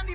aquí,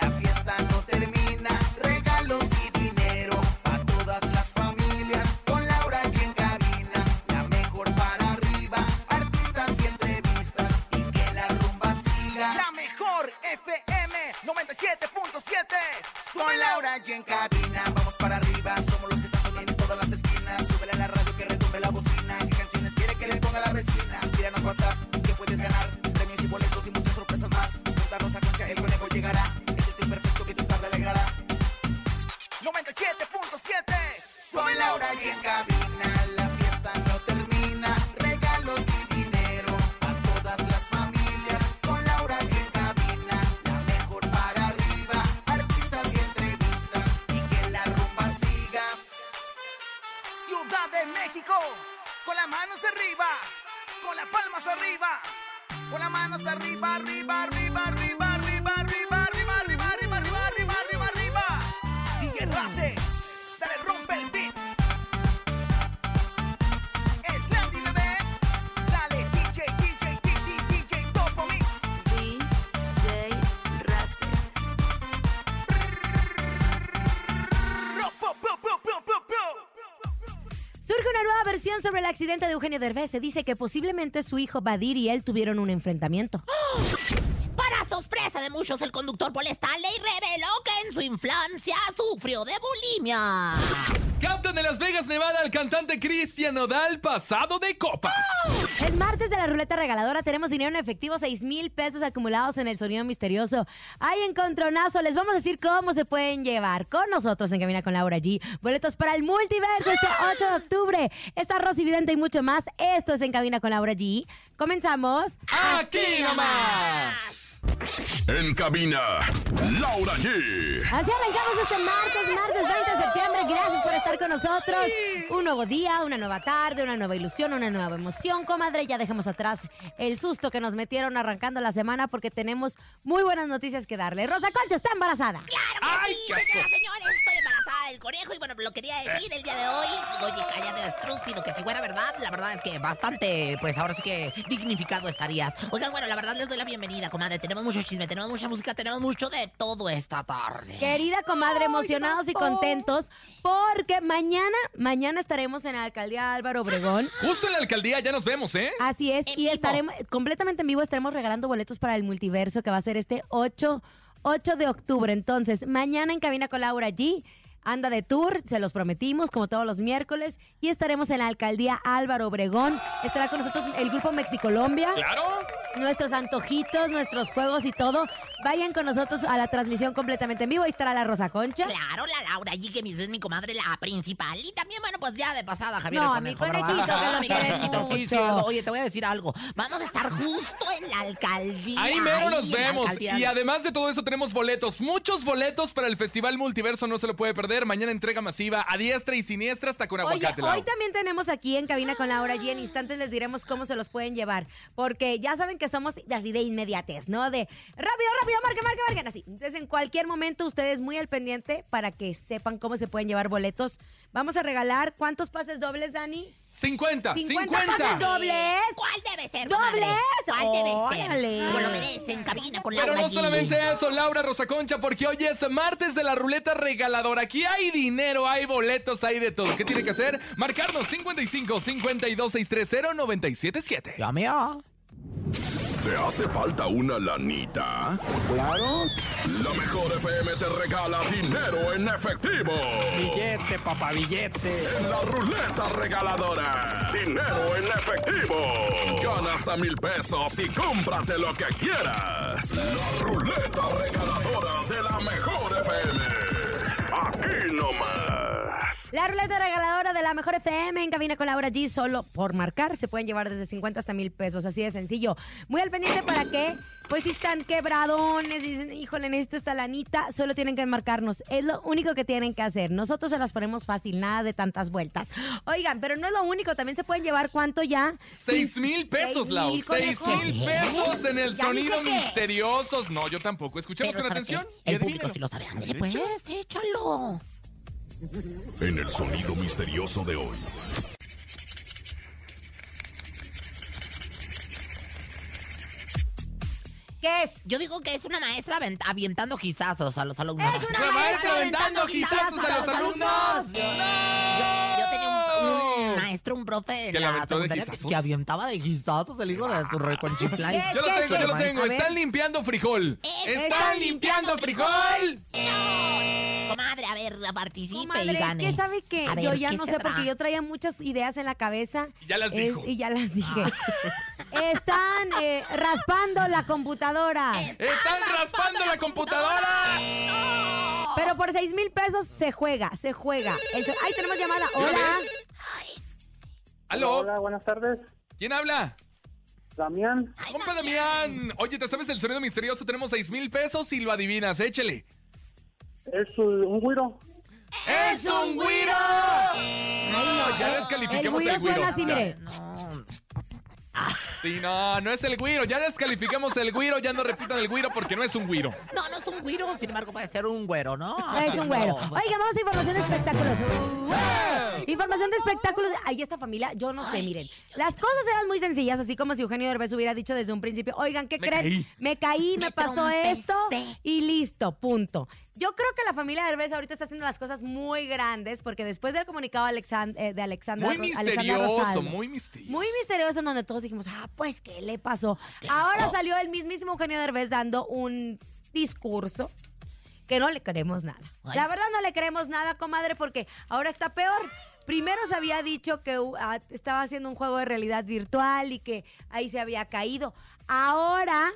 la fiesta no termina. Regalos y dinero a todas las familias. Con Laura y en cabina, la mejor para arriba. Artistas y entrevistas y que la rumba siga. La mejor FM 97.7. Soy Laura y en cabina, vamos para arriba. Somos los que están sonando en todas las esquinas. Súbele a la radio que retumbe la bocina. ¿Qué canciones quiere que le ponga la vecina? Tíranos WhatsApp que puedes ganar. Premios y boletos y muchas sorpresas más. Juntarnos a concha, el conejo llegará. Es el tiempo perfecto que tu tarde alegrará. 97.7 Soy Laura y en cabina La fiesta no termina Regalos y dinero A todas las familias Con Laura y en cabina La mejor para arriba Artistas y entrevistas Y que la rumba siga Ciudad de México Con las manos arriba Con las palmas arriba Con las manos arriba, arriba, arriba, arriba, arriba, arriba, arriba, arriba, arriba, arriba, arriba, arriba, arriba. DJ Race, dale rompe el beat. Es Landy Bebé, dale DJ, DJ, DJ, DJ, Topo Mix. DJ Racer. Ro, pu, pu, pu, pu, pu, pu. Surge una nueva versión sobre el accidente de Eugenio Derbez. Se dice que posiblemente su hijo Badir y él tuvieron un enfrentamiento. Para sorpresa de muchos, el conductor Paul Stanley reveló que en su infancia sufrió de bulimia. Captan de Las Vegas, Nevada, al cantante Cristian Odal pasado de copas. El martes de la ruleta regaladora tenemos dinero en efectivo, 6 mil pesos acumulados en el sonido misterioso. Hay encontronazo, les vamos a decir cómo se pueden llevar con nosotros en Camina con Laura G. Boletos para el multiverso este 8 de octubre. Está Rosy Vidente y mucho más. Esto es en Camina con Laura G. Comenzamos. Ah, ¡Aquí nomás! En cabina, Laura G. Así arrancamos este martes, martes 20 de septiembre. Gracias por estar con nosotros. Un nuevo día, una nueva tarde, una nueva ilusión, una nueva emoción. Comadre, ya dejemos atrás el susto que nos metieron arrancando la semana porque tenemos muy buenas noticias que darle. Rosa Concha está embarazada. ¡Claro que Ay, sí, qué señoras asco. señores! Estoy embarazada del conejo y bueno, lo quería decir el día de hoy. Oye, cállate, Struz, pido que si fuera verdad, la verdad es que bastante, pues ahora sí que dignificado estarías. Oigan, bueno, la verdad les doy la bienvenida, comadre. Tenemos mucho chisme, tenemos mucha música, tenemos mucho de todo esta tarde. Querida comadre, emocionados y contentos porque mañana, mañana estaremos en la alcaldía Álvaro Obregón. Justo en la alcaldía ya nos vemos, ¿eh? Ah. Así es, En y vivo. estaremos completamente en vivo, estaremos regalando boletos para el multiverso que va a ser este 8, 8 de octubre. Entonces, mañana en Cabina con Laura G. Anda de tour, se los prometimos, como todos los miércoles, y estaremos en la alcaldía Álvaro Obregón. Estará con nosotros el grupo Mexicolombia, Claro. nuestros antojitos, nuestros juegos y todo. Vayan con nosotros a la transmisión completamente en vivo. Ahí estará la Rosa Concha. Claro, la Laura allí que es mi comadre, la principal. Y también, bueno, pues ya de pasada, Javier. No, el mi conejo, conejito, ¿verdad? que lo Mi quieren conejito, sí, mucho. sí, Oye, te voy a decir algo. Vamos a estar justo en la alcaldía. Ahí mero ahí nos en la vemos. alcaldía. Y además de todo eso tenemos boletos, muchos boletos para el Festival Multiverso, no se lo puede perder. Mañana entrega masiva a diestra y siniestra hasta con Oye, aguacate. hoy Lau. también tenemos aquí en Cabina con Laura y en instantes les diremos cómo se los pueden llevar, porque ya saben que somos de- así de inmediatez, ¿no? De rápido, rápido, marquen, marquen, marquen, así. Entonces, en cualquier momento, ustedes muy al pendiente para que sepan cómo se pueden llevar boletos. Vamos a regalar, ¿cuántos pases dobles, Dani? 50, 50. pases dobles. ¿Cuál debe ser? ¡Dobles! comadre? ¿Cuál debe ¡Órale! ser? Como lo merecen, cabina con Laura Pero no G. solamente eso, Laura Rosa Concha, porque hoy es martes de la ruleta regaladora. Aquí hay dinero, hay boletos, hay de todo. ¿Qué tiene que hacer? Marcarnos 55 52 630 977. Ya me ha. ¿Te hace falta una lanita? Claro, La mejor FM te regala dinero en efectivo. billete, papá, billete. En la ruleta regaladora. Dinero en efectivo. Gana hasta mil pesos y cómprate lo que quieras. La ruleta regaladora de la mejor FM. Aquí nomás. La ruleta regaladora de la mejor FM en cabina con Laura G. Solo por marcar se pueden llevar desde 50 hasta mil pesos. Así de sencillo. Muy al pendiente para que, pues si están quebradones y dicen, híjole, necesito esta lanita, solo tienen que marcarnos. Es lo único que tienen que hacer. Nosotros se las ponemos fácil, nada de tantas vueltas. Oigan, pero no es lo único. También se pueden llevar cuánto ya. Seis mil pesos, Seis Lau. mil, Seis conejo. mil pesos en el Ya sonido dice que- misteriosos. No, yo tampoco. Escuchemos Pero con ¿sabe qué? atención. y El público adivínenlo. sí lo sabe. Ándale, Ándale, pues, échalo. En el sonido misterioso de hoy. ¿Qué es? Yo digo que es una maestra avent- avientando gizazos a los alumnos. Es una La maestra aventando quizás gizazos a los alumnos. Yo tenía un, un ¡No! maestro, un profe ¿Que en la la aventó de secundaria que, gizazos? que avientaba de gizazos el hijo de su rey con chiflais. ¿Qué? Yo lo tengo, yo lo tengo. A ver. Están limpiando frijol. Están Están limpiando frijol. Comadre, a ver, participe Comadre, y gane. Es que sabe que A ver, yo ya ¿qué no sé será? porque yo traía muchas ideas en la cabeza. Y ya las Es- dijo. Y ya las dije. Ah. Están eh, raspando la computadora. Están raspando la computadora. Pero por seis mil pesos se juega, se juega. El se- Ay, tenemos llamada. Mira, Hola. ¿ves? Aló, Hola, buenas tardes. ¿quién habla? Damián, Compa Damián. Oye, ¿te sabes el sonido misterioso? Tenemos seis mil pesos y lo adivinas. Échale. es un, un güiro. ¡Es un güiro! No, ya El descalificamos güiro el suena güiro. así, mire. Sí, no, no es el güiro. Ya descalificamos el güiro. Ya no repitan el güiro porque no es un güiro. No, no es un güiro, sin embargo puede ser un güero, ¿no? Es un güero. No, pues, Oiga, vamos a información de espectáculos. Uh, Información de espectáculos. Ahí esta familia, yo no sé, miren. Las cosas eran muy sencillas, así como si Eugenio Derbez hubiera dicho desde un principio, oigan, ¿qué Me creen? caí. Me caí, me, Me pasó trompecé. esto y listo, punto. Yo creo que la familia Derbez ahorita está haciendo las cosas muy grandes porque después del comunicado Alexan- eh, de Alexandra, Muy Ro- Alexandra misterioso, Rosaldo, muy misterioso. muy misterioso en donde todos dijimos, ah, pues, ¿qué le pasó? Ah, Ahora salió el mismísimo Eugenio Derbez dando un discurso que no le creemos nada. Ay. La verdad no le creemos nada, comadre, porque ahora está peor. Primero se había dicho que uh, ah, estaba haciendo un juego de realidad virtual y que ahí se había caído. Ahora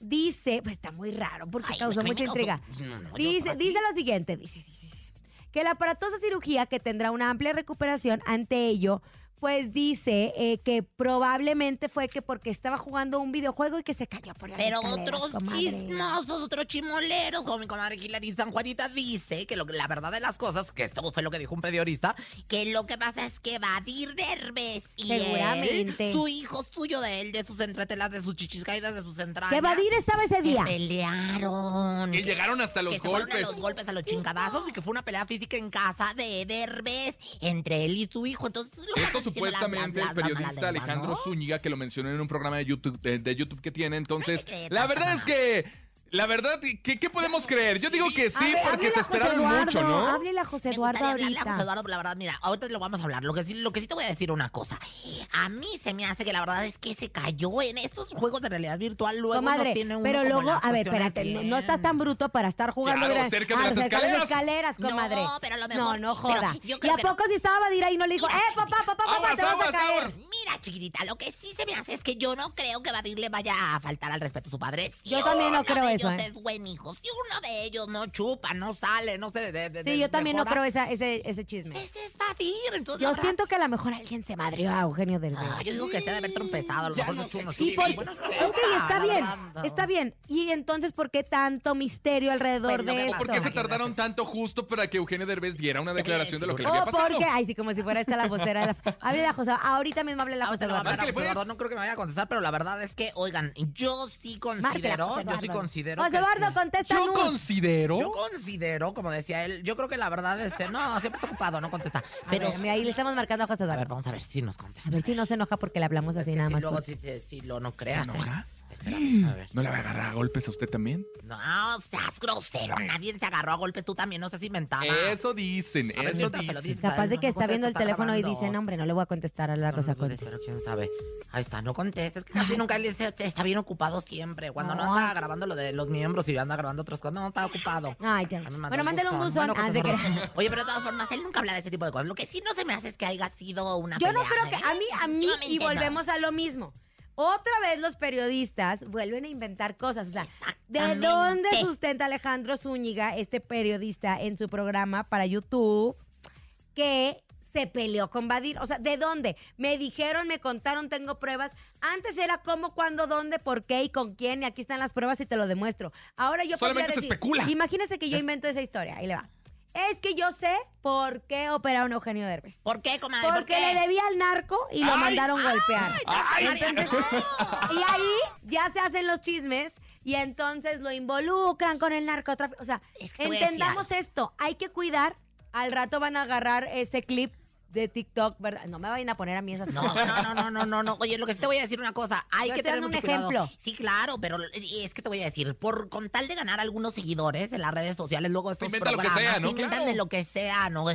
dice, pues está muy raro porque ay, causó me mucha caí, me intriga. causó- No, no, yo Dice, así. dice lo siguiente, dice, dice, dice, que la aparatosa cirugía que tendrá una amplia recuperación ante ello, pues dice eh, que probablemente fue que porque estaba jugando un videojuego y que se cayó por la Pero otros chismosos, otros chimoleros, como mi comadre Hilary San Juanita dice que lo que- la verdad de las cosas, que esto fue lo que dijo un periodista, que lo que pasa es que va a dir Derbez y él, Seguramente. su hijo suyo de él, de sus entretelas, de sus chichis caídas, de sus entrañas. Que Badir estaba ese se día. pelearon. Y que- llegaron hasta los que se fueron a golpes. los golpes, a los chingadazos y que fue una pelea física en casa de Derbez entre él y su hijo. Entonces, lo que Esto están diciendo las- supuestamente las- las- las el periodista malas lenguas, Alejandro ¿no? Zúñiga que lo mencionó en un programa de YouTube, de, de YouTube que tiene. Entonces, Ay, qué la tanta verdad es mamá. que, la verdad, ¿qué, qué podemos creer? Yo digo que A sí, ver, porque háblele se a José esperaron Eduardo, mucho, ¿no? Háblele a José Me Eduardo gustaría hablarle a José ahorita. Eduardo, pero la verdad, mira, ahorita lo vamos a hablar. Lo que, sí, lo que sí te voy a decir una cosa. A mí se me hace que la verdad es que se cayó en estos juegos de realidad virtual. Luego Comadre, no tiene uno pero como luego, las a ver, cuestiones espérate, no, bien. no estás tan bruto para estar jugando. Claro, ¿verdad? cerca de las escaleras. escaleras, comadre. No, pero a lo mejor- No, no pero joda. yo ¿Y creo a que no. poco si estaba Badira ahí no le dijo, Mira, eh, papá, papá, papá, Aguas, te vas aguas, a caer? aguas. Mira, chiquitita, lo que sí se me hace es que yo no creo que Badir le vaya a faltar al respeto a su padre. Si Yo también no uno creo de eso, ellos ¿eh? es buen hijo. Si uno de ellos no chupa, no sale, no se. de- de- Sí, de- yo también no mejora, creo esa- ese, ese chisme. Ese es Badir. Entonces, la Yo verdad, siento que a lo mejor alguien se madrió a Eugenio del ah, yo digo que se debe haber trompezado. A lo mejor no chupa, no Y chupa. por- Bueno, pues, ok, está la bien, verdad, no. está bien. ¿Y entonces por qué tanto misterio alrededor Pues, lo de que esto? pasa ¿Por qué se Imagínate. tardaron tanto justo para que Eugenio Derbez diera una declaración de lo que le había O pasado? Oh, porque, ay, sí, como si fuera esta la vocera. de la- Hable la José, ahorita mismo hable la Ah, José se lo va a Eduardo. hablar a Márcale, José pues. Eduardo. No creo que me vaya a contestar, pero la verdad es que, oigan, yo sí Márquela, considero, José yo sí Eduardo. considero. José que Eduardo, este- contesta Yo Nus. considero... yo considero, como decía él, yo creo que la verdad, este, no, siempre está ocupado, no contesta. A Pero ver, mira, ahí sí- le estamos marcando a José este, A ver, Eduardo. vamos a ver si nos contesta. A ver si no se enoja porque le hablamos así Que nada si más. luego por- si, si- si lo no creas. ¿eh? enoja? Espera, vamos a ver. ¿No le va a agarrar a golpes a usted también? No seas grosero, nadie se agarró a golpe, tú también no seas inventada. Eso dicen, A ver, eso mientras se lo dicen. dices a Capaz él, de no que está contesta, viendo el teléfono y grabando. dice, no, hombre, no le voy a contestar a la No, no Rosa dudes, Concha. pero quién sabe. Ahí está, no contestes. que casi nunca le dice, "Este está bien ocupado siempre. Cuando no, No. anda grabando lo de los miembros y anda grabando otras cosas, no, está ocupado. Ay, ya. Ya me mandó Bueno, el mándale un buzón. Bueno, pues Ah, se José crea. Eduardo. Oye, pero de todas formas, él nunca habla de ese tipo de cosas. Lo que sí no se me hace es que haya sido una Yo no pelea, creo que ¿eh? a mí, a mí, y Definitivamente no. volvemos a lo mismo. Otra vez los periodistas vuelven a inventar cosas. O sea, ¿de Exactamente. dónde sustenta Alejandro Zúñiga, este periodista, en su programa para YouTube, que se peleó con Badir. O sea, ¿de dónde? Me dijeron, me contaron, tengo pruebas. Antes era cómo, cuándo, dónde, por qué y con quién. Y aquí están las pruebas y te lo demuestro. Ahora yo Solamente podría se especula. Imagínese que yo invento esa historia. Ahí le va. Es que yo sé por qué operaron a Eugenio Derbez. ¿Por qué, comadre? ¿Por Porque qué? le debía al narco y lo ¡Ay! mandaron golpear. ¡Ay! Entonces, y ahí ya se hacen los chismes y entonces lo involucran con el narcotráfico. O sea, Es que te voy a decir entendamos esto. Hay que cuidar. Al rato van a agarrar ese clip de TikTok, ¿verdad? No me vayan a poner a mí esas No, cosas. no, no, no, no, no, no. Oye, lo que sí te voy a decir una cosa. Hay Yo que estoy tener dando mucho un cuidado. ejemplo. Sí, claro, pero es que te voy a decir, por con tal de ganar algunos seguidores en las redes sociales, luego estos inventan lo que programas sea, ¿no? se inventan Claro. de lo que sea, no De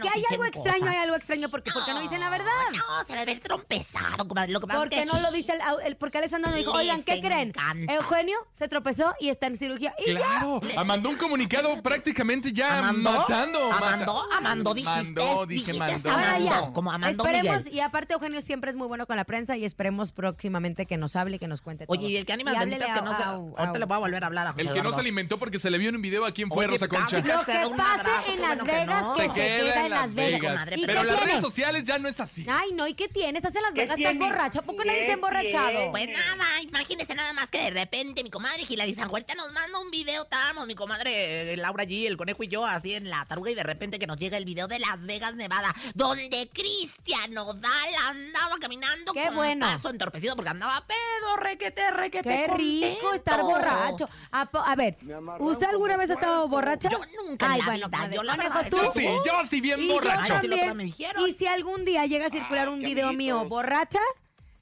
que no hay dicen algo extraño, cosas. hay algo extraño porque porque no dicen la verdad. No, se debe haber trompezado, comadre. Lo que pasa Porque es que no lo dice el, el porque Alessandro no dijo, oigan, ¿qué Les creen? encanta. Eugenio se tropezó y está en cirugía. Y ya. Claro, ah, mandó un comunicado prácticamente ya ¿Amando? matando. ¿Amando? mata- ¿Amando dijiste? Mandó, dije Dijiste mandó. hasta Ahora Amando, ya. como Amando esperemos, Miguel. y aparte Eugenio siempre es muy bueno con la prensa y esperemos próximamente que nos hable y que nos cuente todo. Oye, y el que anima Y las háblele benditas que no a- se... a- Ahorita a- le voy a volver a hablar a José El que no Eduardo. se alimentó porque se le vio en un video a quién fue Oye, Rosa Concha. casi que Lo que se da un pasa madrazo, en qué las bueno que Vegas no. que Se queda en Las Vegas. Comadre, ¿Y Pero qué las redes tiene? Ah, sociales ya no es así. Ay, no, ¿y qué tienes? Hacen las Vegas tan tiene? borracho. ¿A poco nadie se ha ¿Qué emborrachado? tiene? Pues nada, imagínese nada más que de repente mi comadre Hilary Sanjuelta nos manda un video, estábamos mi comadre eh, Laura G, el conejo y yo así en la taruga y de repente que nos llega el video de Las Vegas, Nevada, donde Cristian Nodal andaba caminando Qué con bueno. paso entorpecido porque andaba pedo, requete, requete Qué rico contento. estar borracho. ¿A, po- a ver, Me amarraron ¿usted alguna con vez ha estado cuerpo. borracha? Yo nunca en Ay, la bueno, vida, madre. yo la Conejo, verdad, ¿tú? Yo sí, yo sí bien Y yo borracho. Ay, sí, lo que también. me dijeron. Y si algún día llega a circular Ah, un qué video mío amiguitos. borracha,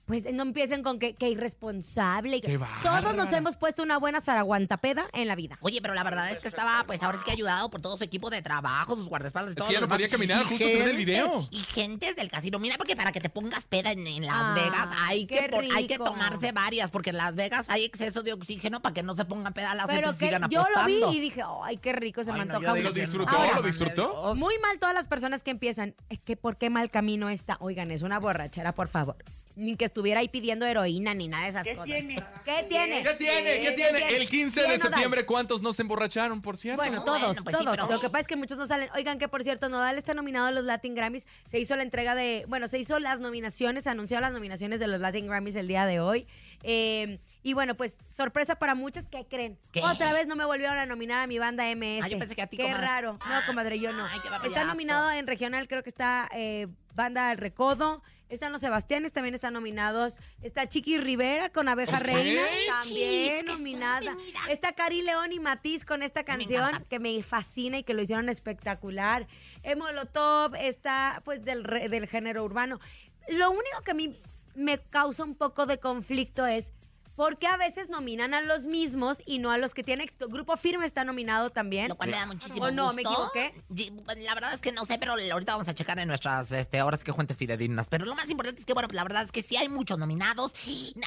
pues no empiecen con que, que irresponsable. y que- Qué Todos nos bárbara. hemos puesto una buena zaraguantapeda en la vida. Oye, pero la verdad es que estaba, pues ahora es que ayudado por todo su equipo de trabajo, sus guardaespaldas y todo. que ya lo no podía demás. caminar, Y justo se ve en el gentes- video. Y gentes del casino. Mira, porque para que te pongas peda en, en Las Ah, Vegas hay qué que, por- hay que rico. tomarse varias, porque en Las Vegas hay exceso de oxígeno para que no se pongan peda las Pero gentes y que sigan yo lo vi apostando. y dije, ay, qué rico, se Ay, me no, yo antoja digo ¿Lo uno. que no. disfrutó? Ahora, ¿Lo disfrutó? Dios. Muy mal todas las personas que empiezan, es que por qué mal camino está. Oigan, es una borrachera, por favor. Ni que estuviera ahí pidiendo heroína ni nada de esas cosas. ¿Qué tiene? ¿Qué tiene? ¿Qué tiene? El 15 ¿Quién de no da? septiembre, ¿cuántos no se emborracharon, por cierto? Bueno, No, todos, bueno, pues sí, todos. pero- Lo que pasa es que muchos no salen. Oigan, que por cierto, Nodal está nominado a los Latin Grammys. Se hizo la entrega de. Bueno, se hizo las nominaciones, se anunciaron las nominaciones de los Latin Grammys el día de hoy. Eh, y bueno, pues sorpresa para muchos, ¿qué creen? ¿Qué? Otra vez no me volvieron a nominar a mi banda MS. Ah, yo pensé que a ti, Qué comadre. raro. No, comadre, yo no. Ay, qué barbaridad. está nominado en regional, creo que está eh, Banda El Recodo. Están los Sebastianes, también están nominados. Está Chiqui Rivera con Abeja Ok. Reina, Chichis, también que nominada. suave, mira. Está Cari León y Matiz con esta canción encanta. que me fascina y que lo hicieron espectacular. Eh, Molotov está pues del, re- del género urbano. Lo único que a mí me causa un poco de conflicto es por qué a veces nominan a los mismos y no a los que tienen éxito. Grupo Firme está nominado también. Lo cual me da muchísimo ¿O no? ¿Me gusto. equivoqué? Y, bueno, La verdad es que no sé, pero ahorita vamos a checar en nuestras este, horas que fuentes fidedignas. Pero lo más importante es que, bueno, la verdad es que sí hay muchos nominados.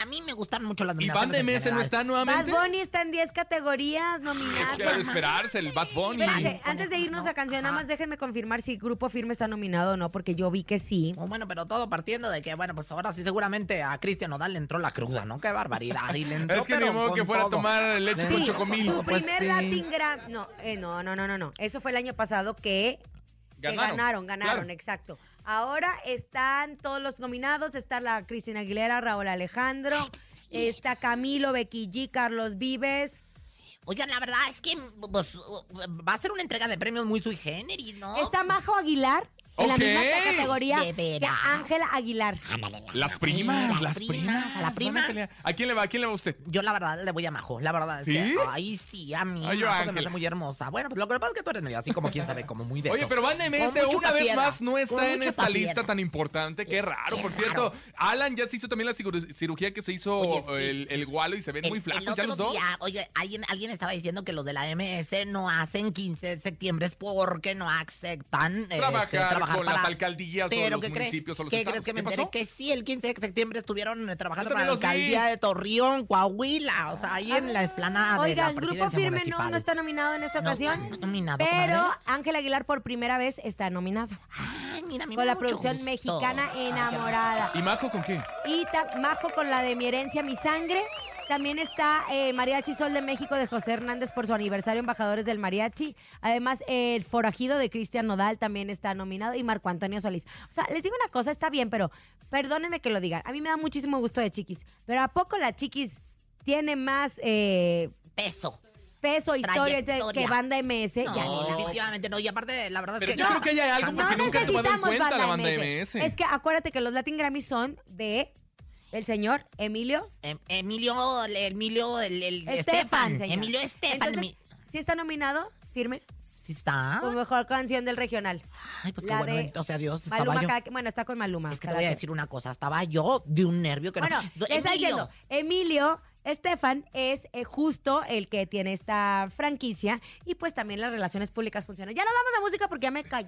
A mí me gustan mucho las ¿Y nominaciones. Banda en MS no general. está Bad nuevamente? Bunny está en 10 categorías nominadas. Claro, esperarse el Bad Bunny. Espérense, Ay, antes de irnos a canción, nada Ajá. más déjenme confirmar si Grupo Firme está nominado o no, porque yo vi que sí. Oh, bueno, pero todo partiendo de que, bueno, pues ahora sí seguramente a Cristian Odal le entró la cruda, ¿no? ¡Qué barbaridad! Y le entró, Es que ni pero modo con que fuera a todo. tomar leche Sí, con chocomil. Tu Pues primer sí. Latin Gram. No, eh, no, no, no, no, no. Eso fue el año pasado que que Ganaron, ganaron, ganaron, claro. exacto. Ahora están todos los nominados. Está la Cristina Aguilera, Raúl Alejandro. pues, Está Camilo, Becky G, Carlos Vives. Oigan, la verdad es que pues, uh, va a ser una entrega de premios muy sui generis, ¿no? Está Majo Aguilar. En la Ah. Ok. misma categoría De que veras. Ángela Aguilar. Ándale, la- Las la primas, prima, las primas. A la van prima. pelear. ¿A quién le va? ¿A quién le va usted? Yo la verdad le voy a Majo, la verdad es ¿Sí? que ay sí, a mí Ay, yo, Majo se me Ángela. hace muy hermosa. Bueno, pues lo que pasa es que tú eres medio así como quién sabe, como muy de Oye, esos. pero Banda Con MS mucho una vez papiera, más no con está en mucho Eh, esta papiera. lista tan importante. Qué raro, por cierto. Alan ya se hizo también la ciru- cirugía que se hizo Oye, sí. el, el gualo y se ven El- muy flacos el ya otro los dos. día, oye, alguien, alguien estaba diciendo que los de la MS no hacen 15 de septiembre porque no aceptan este, Trabajar trabajar con para... las alcaldías o Pero los ¿qué crees? municipios o los ¿Qué estados? crees que me ¿Qué enteré? pasó? Que sí, el 15 de septiembre estuvieron eh, trabajando Yo para la también los vi. alcaldía de Torreón, Coahuila, o sea, ahí en la esplanada Oigan, de la Grupo presidencia Firme no, municipal. no está nominado en esta No, ocasión. no está nominado, pero comadre. Ángela Aguilar por primera vez está nominada. Ay, mira, a mí con me la da mucho producción gusto. mexicana Ay, qué Enamorada. ¿Y Majo con qué? Y ta- Majo con la de Mi herencia, mi sangre. También está eh, Mariachi Sol de México de José Hernández por su aniversario, embajadores del mariachi. Además, eh, el forajido de Cristian Nodal también está nominado y Marco Antonio Solís. O sea, les digo una cosa, está bien, pero perdónenme que lo digan. A mí me da muchísimo gusto de Chiquis, pero ¿a poco la Chiquis tiene más eh, Peso. peso, historia Trayectoria. que Banda MS? No, Ya ni la- definitivamente no. Y aparte, la verdad Pero es que. yo creo que ahí hay algo No porque nunca le tomamos en necesitamos cuenta la banda banda MS. Es que acuérdate que los Latin Grammys son de el señor Emilio Em- Emilio, el- Emilio, el, el Estefan, Estefan. señor. Emilio Estefan. Entonces, si está nominado, firme, ¿Sí está? como mejor canción del regional. Ay, pues qué la bueno. de entonces, adiós, Maluma, estaba yo. cada que- bueno, está con Maluma. Es que te cada voy a que- decir una cosa. Estaba yo de un nervio que Bueno, no. le está Emilio, diciendo, Emilio Estefan es eh, justo el que tiene esta franquicia y pues también las relaciones públicas funcionan. Ya nos vamos a música porque ya me ca-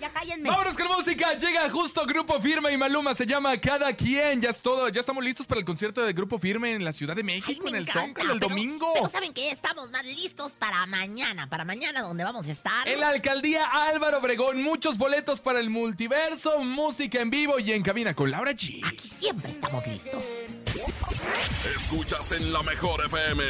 ya cállenme. Vámonos con música. Llega justo Grupo Firme y Maluma se llama Cada Quien. Ya es todo. Ya estamos listos para el concierto de Grupo Firme en la Ciudad de Ay, México, me en el encanta, Zócalo, el pero- domingo. Pero saben que estamos más listos para mañana, para mañana donde vamos a estar. En la alcaldía Álvaro Obregón, muchos boletos para el multiverso, música en vivo y en cabina con Laura G. Aquí siempre estamos listos. Escuchas en la mejor FM.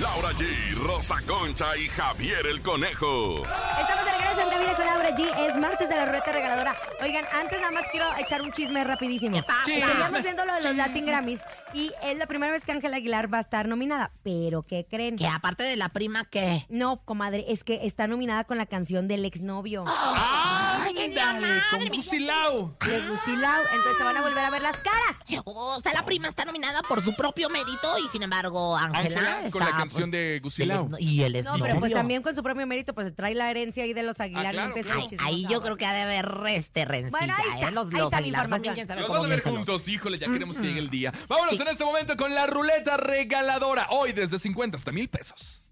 Laura G, Rosa Concha y Javier el Conejo. Estamos de regreso en Cabina con Laura G. Es martes de la ruleta regaladora. Oigan, antes nada más quiero echar un chisme rapidísimo. ¿Qué pasa? Estamos viendo lo de los Latin Grammys y es la primera vez que Ángela Aguilar va a estar nominada. Pero, ¿qué creen? Que aparte de la prima que. No, comadre, es que está nominada con la canción del exnovio. ¡Ay, en la Con madre! mi- Gusilao. de Gusilao. Entonces se van a volver a ver las caras. O sea, la prima está nominada por su propio mérito y sin embargo, Ángela Ángela está. pues, con la canción de del Gusilao. exno- Y él es No, pero pues también con su propio mérito, pues se trae la herencia ahí de los Aguilar. Ah, claro, no empieces claro. a chismosa. Ahí yo creo que ha de haber este rencilla, Bueno, ahí está, ¿eh? Los, ahí los está mi Aguilar son información. bien, quién sabe Los cómo van a ver bien celosos. juntos, híjole, Mm, ya queremos que llegue el día. Vámonos en este momento con la ruleta regaladora. Hoy desde 50 hasta mil pesos.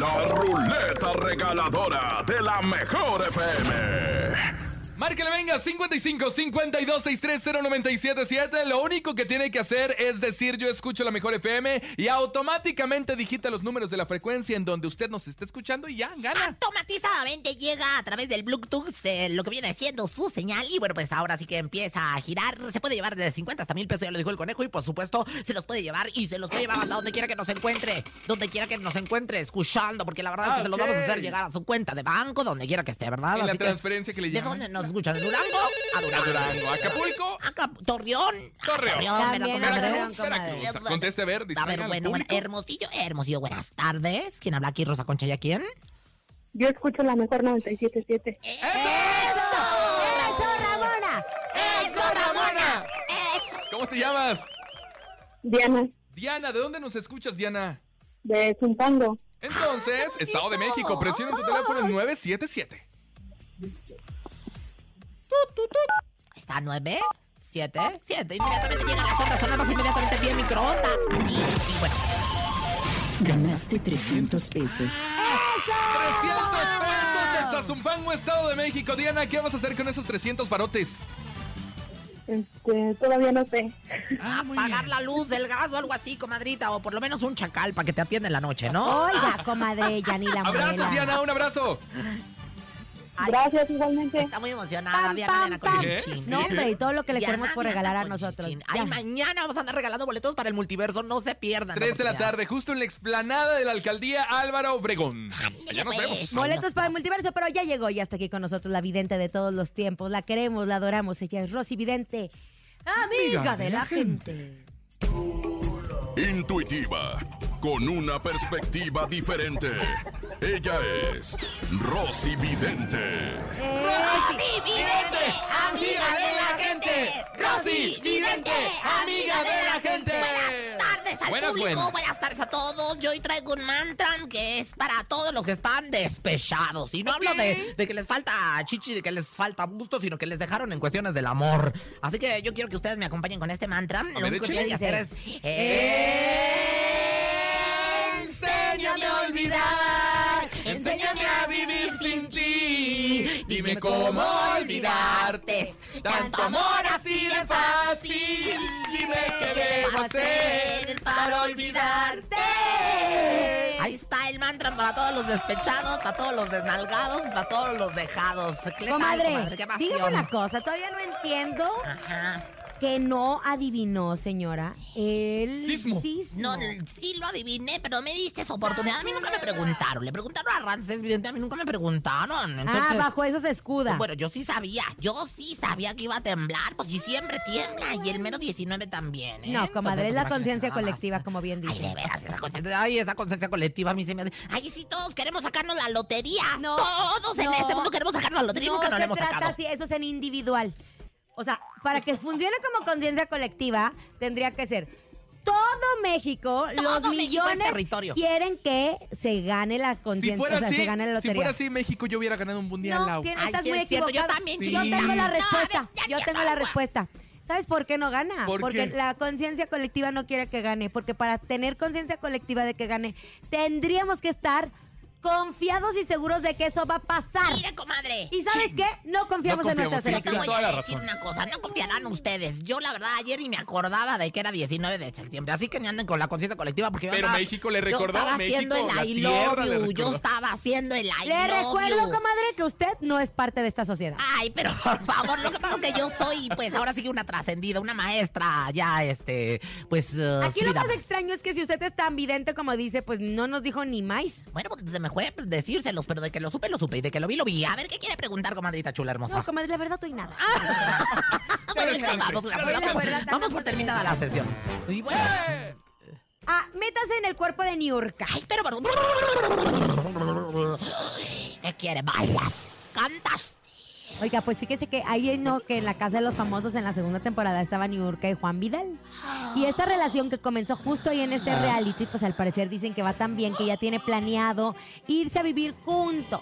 La ruleta regaladora de la mejor FM. Márquele, venga, 55 52 630 977. Lo único que tiene que hacer es decir yo escucho la mejor FM y automáticamente digita los números de la frecuencia en donde usted nos está escuchando y ya, gana. Automatizadamente llega a través del Bluetooth eh, lo que viene haciendo su señal. Y bueno, pues ahora sí que empieza a girar. Se puede llevar desde 50 hasta 1000 pesos, ya lo dijo el conejo. Y por supuesto, se los puede llevar y se los puede llevar hasta donde quiera que nos encuentre. Donde quiera que nos encuentre, escuchando. Porque la verdad es que se los vamos a hacer llegar a su cuenta de banco, donde quiera que esté, ¿verdad? En la Ah, Así que, transferencia que le ¿De llaman. dónde nos escuchan? ¿De Durango? A A Durango. Durango, Acapulco, Acá, Torreón. Torreón. También a ¿verdad, Torreón, Veracruz, comadre? Veracruz. Conteste, a ver, A ver, distraiga al bueno, bueno, público. hermosillo, hermosillo, buenas tardes. ¿Quién habla aquí, Rosa Concha? ¿Y a quién? Yo escucho la mejor 97.7. ¡Eso, Ramona! ¡Eso, Ramona! ¡Eso! ¿Cómo te llamas? Diana, Diana, ¿de dónde nos escuchas, Diana? de Zumpango. Entonces, Estado de México, presiona tu teléfono en 977. Está nueve, siete, siete. Inmediatamente llegan las otras sonoras, inmediatamente piden microondas. Y, y bueno, Ganaste 300 pesos. 300 pesos hasta Zumpango, Estado de México. Diana, ¿qué vas a hacer con esos 300 barotes? Este, todavía no sé. Ah, apagar la luz, el gas o algo así, comadrita. O por lo menos un chacal para que te atienda en la noche, ¿no? Oiga, comadre, ya ni la muela. Abrazos, Diana, un abrazo. Ay, Gracias igualmente. Está muy emocionada, ¡Pam, Diana, pam, Diana con pam! ¿Qué? chichín. No, hombre, y todo lo que le Diana, tenemos por Diana regalar a con nosotros. chichín. Ya. Ay, mañana vamos a andar regalando boletos para el multiverso, no se pierdan. 3 de la oportunidad. tarde, justo en la explanada de la alcaldía Álvaro Obregón. Allá nos pues. vemos. Boletos para el multiverso, pero ya llegó y hasta aquí con nosotros la vidente de todos los tiempos. La queremos, la adoramos. Ella es Rosy Vidente, amiga, Amiga de, de la, la gente. Intuitiva, con una perspectiva diferente. Ella es Rosy Vidente. Rosy Vidente, amiga de la gente. Rosy Vidente, amiga de la gente. Buenas tardes al Buenas, público, buenas. buenas. tardes a todos. Yo hoy traigo un mantra que es para todos los que están despechados. Y no hablo de, de que les falta chichi, de que les falta gusto, sino que les dejaron en cuestiones del amor. Así que yo quiero que ustedes me acompañen con este mantra. Lo ver, único que échale. Eh. tienen que hacer es... Enséñame a olvidar, enséñame a vivir sin ti. Dime cómo olvidarte, tanto amor así de fácil. Dime qué debo hacer para olvidarte. Ahí está el mantra para todos los despechados, para todos los desnalgados, para todos los dejados. ¿Qué tal, Comadre, ¿Qué dígame pasión? Ah. una cosa, todavía no entiendo Ajá. que no adivinó, señora, el Sismo. No, sí lo adiviné, pero me diste esa oportunidad. A mí nunca me preguntaron. Le preguntaron a Ramses, evidente, a mí nunca me preguntaron. Entonces, ah, bajo eso se escuda. Bueno, yo sí sabía, yo sí sabía que iba a temblar, pues si siempre tiembla, y el menos 19 también, ¿eh? Ah, no, Entonces, comadre, pues, es la imagínate conciencia nada más. colectiva, como bien Ay, de dice. veras, esa conciencia, ay, esa conciencia colectiva a mí se me hace. Ay, sí, todos queremos sacarnos la lotería. No, todos en no, este mundo queremos sacarnos la lotería y nunca nos se la hemos trata sacado. así, eso es en individual. O sea, para que funcione como conciencia colectiva, tendría que ser todo México, Todo los México es millones territorio. quieren que se gane la Si conciencia, fuera o sea, así, se gane la si lotería. fuera así, México yo hubiera ganado un mundial. No, Lau. tiene- Ay, estás sí muy es cierto, yo equivocada. también, Yo chiquita. tengo la No, respuesta. ya yo quiero tengo la agua. respuesta. ¿Sabes por qué no gana? ¿Por porque qué? la conciencia colectiva no quiere que gane. Porque para tener conciencia colectiva de que gane, tendríamos que estar confiados y seguros de que eso va a pasar. Mire, comadre. ¿Y sabes qué? No confiamos, No en nuestra confiamos, sí, Yo te tiene selección. voy toda a la decir razón. una cosa, no confiarán ustedes. Yo, la verdad, ayer ni me acordaba de que era 19 de septiembre, así que ni anden con la conciencia colectiva porque yo Pero andaba- México le yo recordó, estaba México, haciendo la el I love tierra le you, yo recordó. estaba haciendo el I Le love recuerdo, you. comadre, que usted no es parte de esta sociedad. Ay, pero por favor, lo que pasa es que yo soy, pues ahora sí que una trascendida, una maestra, ya, este, pues... eh, Aquí lo subida más extraño es que si usted es tan vidente como dice, pues no nos dijo ni más. Bueno, porque se me fue pues, decírselos, pero de que lo supe, lo supe, y de que lo vi, lo vi. A ver, ¿qué quiere preguntar, comadrita chula hermosa? No, comadre, la verdad, tú y nada. Ah. Bueno, ya Ya descanse, vamos, ya gracias, descanse. vamos, vamos por terminada la sesión. ¡Eh! Y bueno, Ah, métase en el cuerpo de Niurka. ay, pero... ¿Qué quiere? ¿Bailas? ¿Cantas? Oiga, pues fíjese que ahí no, que en la casa de los famosos en la segunda temporada estaban Niurka y Juan Vidal. Y esta relación que comenzó justo ahí en este reality, pues al parecer dicen que va tan bien que ya tiene planeado irse a vivir juntos.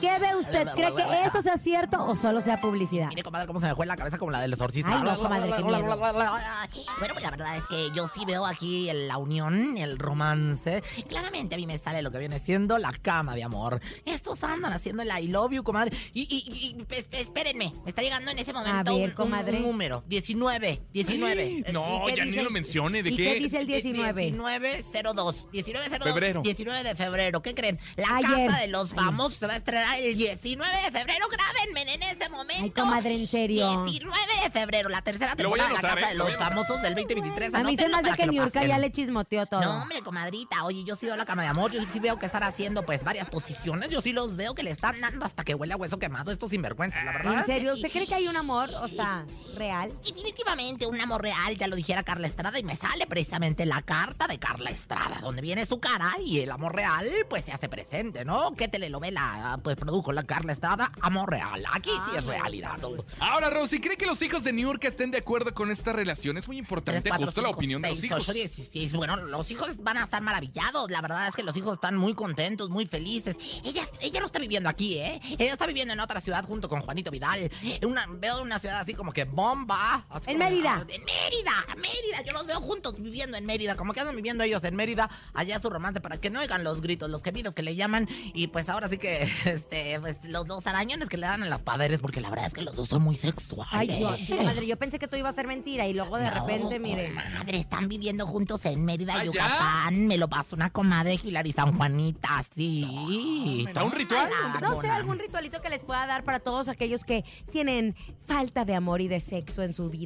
¿Qué ve usted? ¿Cree que eso sea cierto o solo sea publicidad? Mire, comadre, cómo se me fue en la cabeza como la del exorcista. Ay, no, comadre, qué miedo. Bueno, pues la verdad es que yo sí veo aquí el- la unión, el romance. Claramente a mí me sale lo que viene siendo la cama, mi amor. Estos andan haciendo el I love you, comadre. Y, y- y- es- espérenme, me está llegando en ese momento A ver, un- un, comadre. un número. 19, 19. Sí, No, ¿Y qué ya dice ni lo el- mencione. ¿De ¿Y qué dice el 19? 1902. 1902. Febrero. 19 de febrero. ¿Qué creen? La Ayer. casa de los famosos se va a estrenar el 19 de febrero. Grábenme en ese momento. Ay, comadre, en serio. 19 de febrero, la tercera Lo voy a temporada de la anotar, Casa ¿eh? de Lo los voy a anotar. Famosos del 2023. A mí se Anótenlo me hace para que lo Niurka pasen. ya le chismoteó No, todo. hombre, comadrita, oye, yo sí veo la cama de amor, yo sí veo que están haciendo, pues, varias posiciones, yo sí los veo que le están dando hasta que huele a hueso quemado estos sinvergüenzas, la verdad. ¿En serio? Sí. ¿Usted cree que hay un amor, o sea, real? Definitivamente un amor real, ya lo dijera Carla Estrada, y me sale precisamente la carta de Carla Estrada, donde viene su cara y el amor real, pues se hace presente, ¿no? ¿Qué telenovela, ah, pues, produjo la Carla Estrada? Amor real. Aquí sí es realidad. Ahora, Rosy, ¿cree que los hijos de New York estén de acuerdo con esta relación? Es muy importante justo la opinión de los hijos. 8, 16. Bueno, los hijos van a estar maravillados. La verdad es que los hijos están muy contentos, muy felices. Ella, ella no está viviendo aquí, ¿eh? Ella está viviendo en otra ciudad junto con Juanito Vidal. Una- veo una ciudad así como que bomba. así En como- Mérida. En Mérida, Mérida. Yo los veo juntos viviendo en Mérida. Como que andan viviendo ellos en Mérida. Allá su romance para que no oigan los gritos, los gemidos que le llaman. Y pues ahora sí que este, pues, los, los arañones que le dan a las padres. Porque la verdad es que los dos son muy sexuales. Ay, Dios, madre, yo pensé que todo iba a ser mentira y luego de No, repente, mire. comadre, están viviendo juntos en Mérida, ¿Ah, ya? Yucatán. Me lo pasó una comadre Hilary San Juanita, sí. ¿Era un ritual? Tómala, No sé, dona. algún ritualito que les pueda dar para todos aquellos que tienen falta de amor y de sexo en su vida.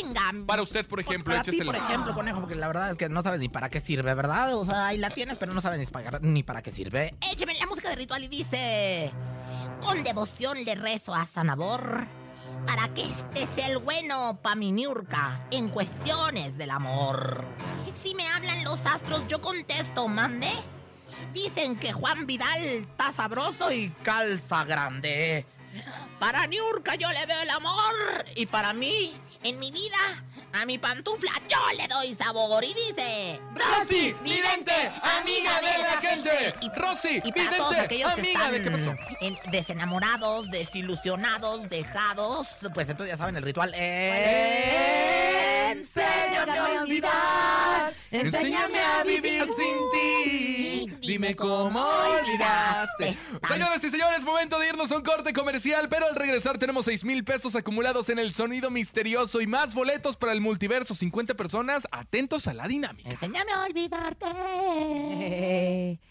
Venga. Para usted, por ejemplo, para ti, échesela. por ejemplo, conejo, porque la verdad es que no sabes ni para qué sirve, ¿verdad? O sea, ahí la tienes, pero no sabes ni para, ni para qué sirve. Écheme la música de ritual y dice... Con devoción le rezo a Sanabor para que este sea el bueno pa' mi Niurka en cuestiones del amor. Si me hablan los astros, yo contesto, mande. Dicen que Juan Vidal está sabroso y calza grande. Para Niurka yo le veo el amor y para mí, en mi vida, a mi pantufla yo le doy sabor. Y dice... Rosy, vidente, amiga de la gente. Y- Rosy, y para todos vidente, aquellos que amiga de qué pasó. están en- desenamorados, desilusionados, dejados, pues entonces ya saben el ritual. ¡Eh! Enséñame a olvidar. Enséñame a vivir sin ti. Dime cómo olvidaste. Señoras y señores, momento de irnos a un corte comercial. Pero al regresar tenemos 6 mil pesos acumulados en el sonido misterioso y más boletos para el multiverso. 50 personas atentos a la dinámica. Enséñame a olvidarte.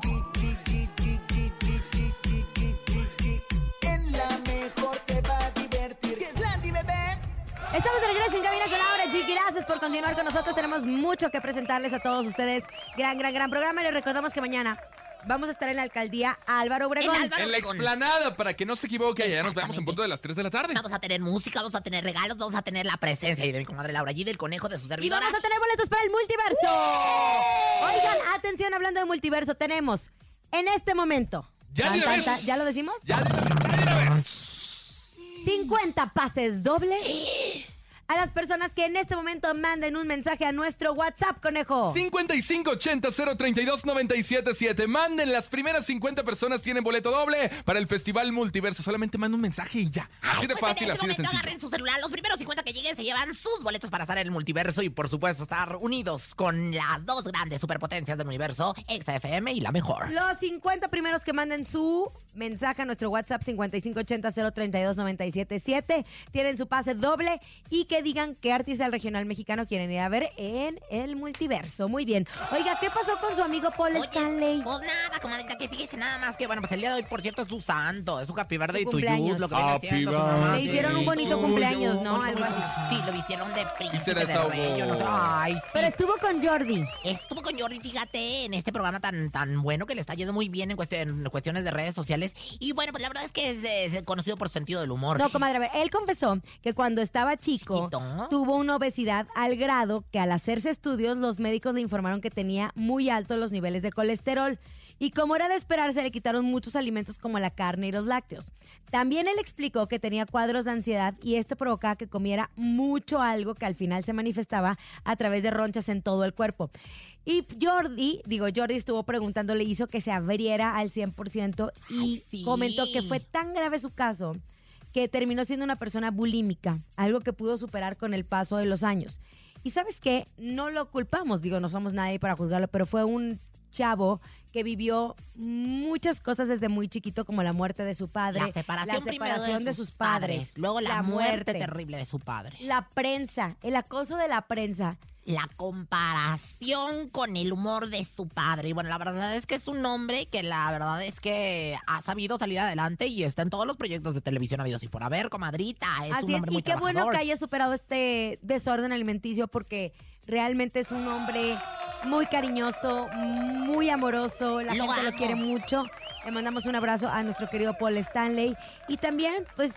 G, G, G, G, G, G, G, G, G, G, G. En la mejor te va a divertir. ¡Que Landy, bebé! Estamos de regreso en Cabina con Laura G. Gracias por continuar con nosotros. Tenemos mucho que presentarles a todos ustedes. Gran, gran, gran programa. Y les recordamos que mañana vamos a estar en la alcaldía Álvaro Obregón. En Álvaro- En la explanada, para que no se equivoque, allá nos vemos en punto de las 3 de la tarde. Vamos a tener música, vamos a tener regalos, vamos a tener la presencia de mi comadre Laura G, del conejo de su Y servidora. vamos a tener boletos para el multiverso. Oigan, atención, hablando de multiverso, tenemos en este momento. Ya de una vez. ¿Ya lo decimos? Ya de ya de una vez. 50 pases dobles. A las personas que en este momento manden un mensaje a nuestro WhatsApp, Oh. conejo. 5580-032-977. Manden las primeras 50 personas tienen boleto doble para el Festival Multiverso. Solamente manda un mensaje y ya. Así de Pues fácil, en este momento así de sencillo. agarren su celular. Los primeros 50 que lleguen se llevan sus boletos para estar en el multiverso y, por supuesto, estar unidos con las dos grandes superpotencias del universo, XFM y la mejor. Los 50 primeros que manden su mensaje a nuestro WhatsApp 5580-032-977 tienen su pase doble y que digan qué artista del regional mexicano quieren ir a ver en el multiverso. Muy bien. Oiga, ¿qué pasó con su amigo Paul Oye, Stanley? Pues nada, comadrita, que fíjese nada más que, bueno, pues el día de hoy, por cierto, es tu santo, es su happy birthday Su to you, cumpleaños. lo que viene siendo su mamá. Le hicieron un bonito cumpleaños, ¿no? Algo así. Sí, lo vistieron de príncipe, de desahogó. rey, yo no sé. Ay, sí. Pero estuvo con Jordi. Estuvo con Jordi, fíjate, en este programa tan, tan bueno que le está yendo muy bien en, cuestio- en cuestiones de redes sociales. Y bueno, pues la verdad es que es, eh, es conocido por su sentido del humor. No, comadre, a ver, él confesó que cuando estaba chico Chiquito. tuvo una obesidad al grado que al hacerse estudios los médicos le informaron que tenía muy altos los niveles de colesterol y como era de esperarse le quitaron muchos alimentos como la carne y los lácteos. También él explicó que tenía cuadros de ansiedad y esto provocaba que comiera mucho algo que al final se manifestaba a través de ronchas en todo el cuerpo. Y Jordi, digo, Jordi estuvo preguntándole, hizo que se abriera al 100% y Ay, sí. comentó que fue tan grave su caso que terminó siendo una persona bulímica, algo que pudo superar con el paso de los años. Y sabes qué, no lo culpamos, digo, no somos nadie para juzgarlo, pero fue un chavo que vivió muchas cosas desde muy chiquito, como la muerte de su padre, la separación, la primero separación de sus padres, luego la, muerte terrible de su padre. la prensa, el acoso de la prensa. la comparación con el humor de su padre. Y bueno, la verdad es que es un hombre que la verdad es que ha sabido salir adelante y está en todos los proyectos de televisión habidos y por haber, comadrita. Es Así un es, y hombre muy qué bueno trabajador. que haya superado este desorden alimenticio porque realmente es un hombre muy cariñoso, muy amoroso, la Lo gente lo amo. quiere mucho. Le mandamos un abrazo a nuestro querido Paul Stanley y también pues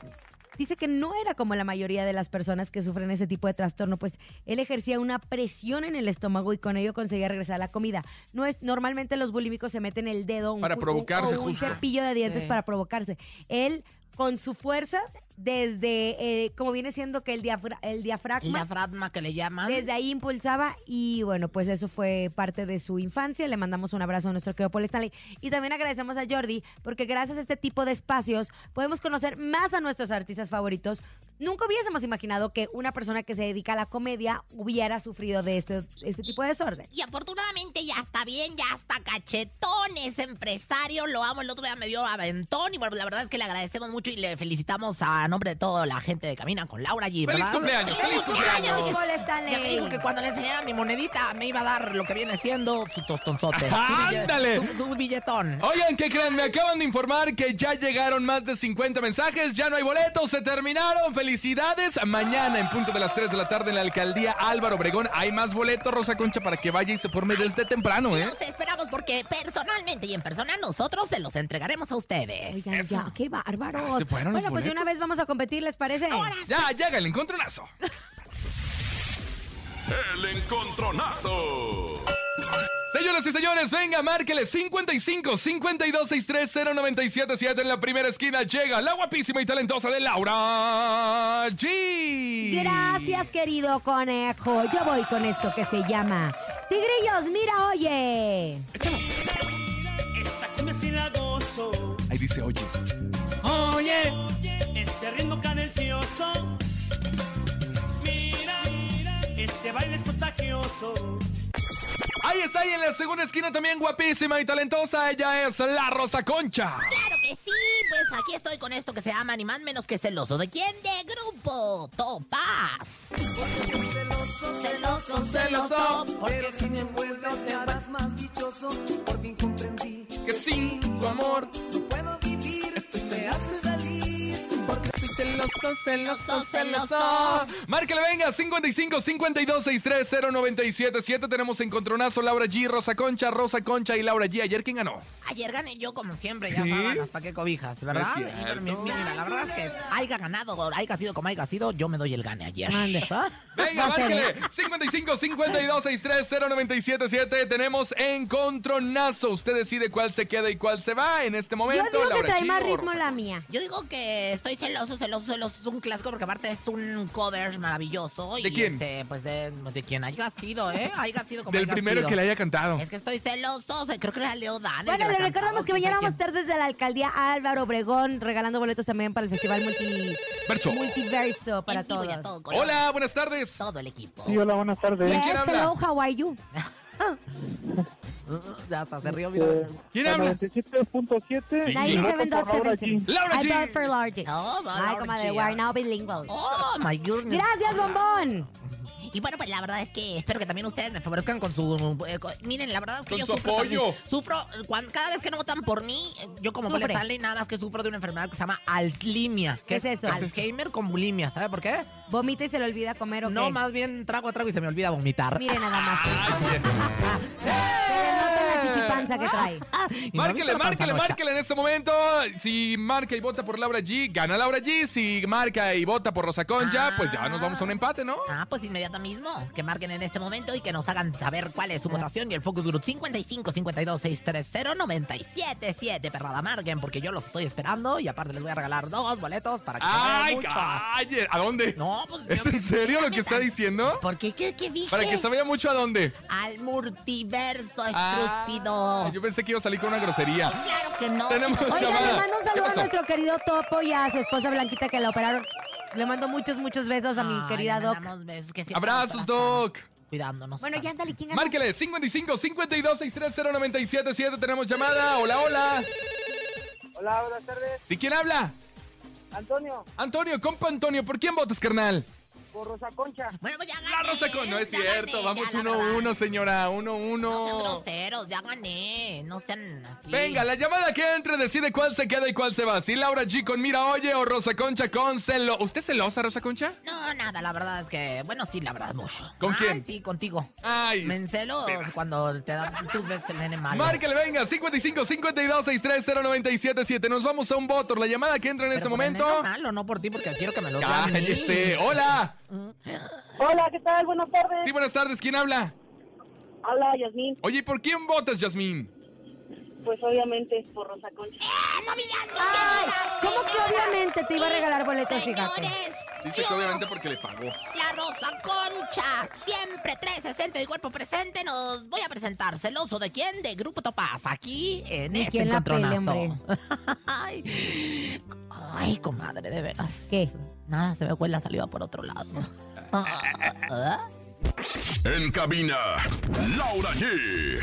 dice que no era como la mayoría de las personas que sufren ese tipo de trastorno, pues él ejercía una presión en el estómago y con ello conseguía regresar la comida. No es normalmente los bulímicos se meten el dedo un Para pu- un- provocarse, o un justo. cepillo de dientes Sí. para provocarse. Él con su fuerza desde eh, como viene siendo que el, diafra- el El diafragma diafragma que le llaman. desde ahí impulsaba y bueno, pues eso fue parte de su infancia. Le mandamos un abrazo a nuestro querido Paul Stanley. Y también agradecemos a Jordi porque gracias a este tipo de espacios podemos conocer más a nuestros artistas favoritos. Nunca hubiésemos imaginado que una persona que se dedica a la comedia hubiera sufrido de este, este tipo de desorden. Y afortunadamente ya está bien, ya está cachetón, es empresario, lo amo, el otro día me dio aventón y bueno, la verdad es que le agradecemos mucho y le felicitamos a nombre de toda la gente de Camina con Laura G, ¡Feliz ¿verdad? cumpleaños! ¡Feliz cumpleaños! Paul Ya me dijo Stanley! que cuando le enseñara mi monedita me iba a dar lo que viene siendo su tostonzote. Ajá, Su bille- ándale. Oh. Su, su billetón. Oigan, que crean, me acaban de informar que ya llegaron más de 50 mensajes, ya no hay boletos, se terminaron, felicidades. Mañana en punto de las 3 de la tarde en la alcaldía Álvaro Obregón hay más boletos, Rosa Concha, para que vaya y se forme desde temprano, ¿eh? Los esperamos porque personalmente y en persona nosotros se los entregaremos a ustedes. Oigan, ya, qué bárbaros. Ah, ¿se fueron los bueno, pues de una boletos? vez vamos a competir, ¿les parece? Ahora Ya, llega el encontronazo. El encontronazo. Señoras y señores, venga, márqueles 55 52 63 0977 en la primera esquina llega la guapísima y talentosa de Laura G. Gracias, querido conejo. Yo voy con esto que se llama Tigrillos, mira, oye. Esta que me hace la gozo. Ahí dice, oye. Oye, este ritmo cadencioso. Mira, mira, este baile es contagioso. Ahí está, y en la segunda esquina también guapísima y talentosa, ella es la Rosa Concha. ¡Claro que sí! Pues aquí estoy con esto que se llama ni más menos que celoso. ¿De quién? De grupo Topaz. Celoso, celoso. Pero sin envueltos me harás más dichoso. Por fin comprendí que sin tu amor no puedo vivir. me haces feliz. Porque soy celoso, celoso, celoso. Márquele, venga, 55 52 63 0977. Tenemos encontronazo Laura G, Rosa Concha, Rosa Concha y Laura G. ¿Ayer quién ganó? Ayer gané yo como siempre, ya ¿Sí? sábanas, ¿para qué cobijas? ¿Verdad? No es Sí, pero mi- mira, la verdad es que haya ganado, haya sido como haya sido, yo me doy el gane ayer. ¿Ah? Mande. Venga, Va a ser. márquele 55 52 63 0977. Tenemos encontronazo. Usted decide cuál se queda y cuál se va en este Yo momento. digo que Laura trae G más o ritmo Rosa la Concha. mía. Yo digo que estoy celoso, celoso, celoso. Es un clásico porque aparte es un cover maravilloso. ¿De y quién? Este, pues de, de quien haya sido, ¿eh? Haya sido como Del haya primero sido. que le haya cantado. Es que estoy celoso, o sea, creo que era Leo Dan. el Bueno, que le la recordamos cantaba, que quién mañana sabe vamos a quién. estar desde la alcaldía Álvaro Obregón regalando boletos también para el Festival multi... Verso. Multiverso para En vivo y a todos. todo color, Hola, buenas tardes. Todo el equipo. Sí, hola, buenas tardes. quién Yes, habla? hello, how are you? Uh, Hasta se rió, mira. Eh, ¿Quién la habla? 97.7. Sí. Y voto por Laura 97.7. G. Laura I G. vote for Laura G. No, va, Ay, Laura comadre, G. we are now bilingual. Oh, my goodness. Gracias, bombón. Y bueno, pues la verdad es que espero que también ustedes me favorezcan con su... eh, con- miren, la verdad es que Con yo su sufro también. apoyo. sufro, eh, cuan- cada vez que no votan por mí, eh, yo como Paul Sufre. Stanley, nada más que sufro de una enfermedad que se llama alzlimia. ¿Qué es eso? Alzheimer con bulimia, ¿sabe por qué? Vomita y se le olvida comer, ¿o No, qué? más bien trago a trago y se me olvida vomitar. Mire nada más. Se nota la ¡Eh! chichipanza que trae. Y no he visto Márquele, la márquele, panzanocha. márquele en este momento. Si marca y vota por Laura G, gana Laura G. Si marca y vota por Rosa Concha, Ah. pues ya nos vamos a un empate, ¿no? Ah, pues inmediato mismo. Que marquen en este momento y que nos hagan saber cuál es su votación y el Focus Group 55 52 630 977. Perrada, marquen porque yo los estoy esperando y aparte les voy a regalar dos boletos para que se vayan ¡Ay, mucho. calle! ¿A dónde? No, pues. ¿Es yo en que- serio lo que está diciendo? ¿Por qué? ¿Qué, qué dije? Para que se vaya mucho a dónde. Al multiverso, Ah, estrúpido. yo pensé que iba a salir con una grosería. Pues claro que no. pues, Tenemos Oiga, llamada. le mando un ¿Qué saludo a pasó? nuestro querido Topo y a su esposa Blanquita que la operaron. Le mando muchos, muchos besos a mi Ay, querida le Doc. mandamos besos, que siempre Abrazos, nos Doc. tratan Cuidándonos. Bueno, ya tanto. ándale, ¿quién ganó? Márquele 55 52 630 977. Tenemos llamada. Hola, hola. Hola, buenas tardes. ¿Sí quién habla? Antonio, Antonio, compa Antonio, ¿por quién votas, carnal? por Rosa Concha. Bueno, pues ya gané. La Rosa Concha. No es ya gané, cierto. ya, Vamos la 1-1, uno, verdad. uno, señora. 1-1. No sean groseros, ya gané. No sean así. Venga, la llamada que entre decide cuál se queda y cuál se va. Si Laura G con Mira Oye o Rosa Concha con Celo. ¿Usted es celosa, Rosa Concha? No, nada, la verdad es que. Bueno, sí, la verdad, mucho. ¿Con Ay, quién? Sí, contigo. Ay. Me encelo cuando te dan tus veces el nene malo. Márquele, venga, 55 52 630 977. Nos vamos a un voto. La llamada que entra en Pero este por el momento. nene malo, no por ti, porque quiero que me lo vean. Cállese. Hola. Hola, ¿qué tal? Buenas tardes. Sí, buenas tardes. ¿Quién habla? Hola, Yasmín. Oye, ¿y ¿por quién votas, Yasmín? Pues obviamente es por Rosa Concha. Ay, ¿cómo que obviamente te iba a regalar boletos, fíjate? Señores, Dice que yo, obviamente porque le pagó. la Rosa Concha, siempre 360 de cuerpo presente, nos voy a presentar celoso de quién, de Grupo Topaz, aquí en Ni este quien la pele, encontronazo. hombre. ay, ay, comadre, de veras. ¿Qué? Nada, se me fue la saliva por otro lado. Ah, En cabina, Laura G.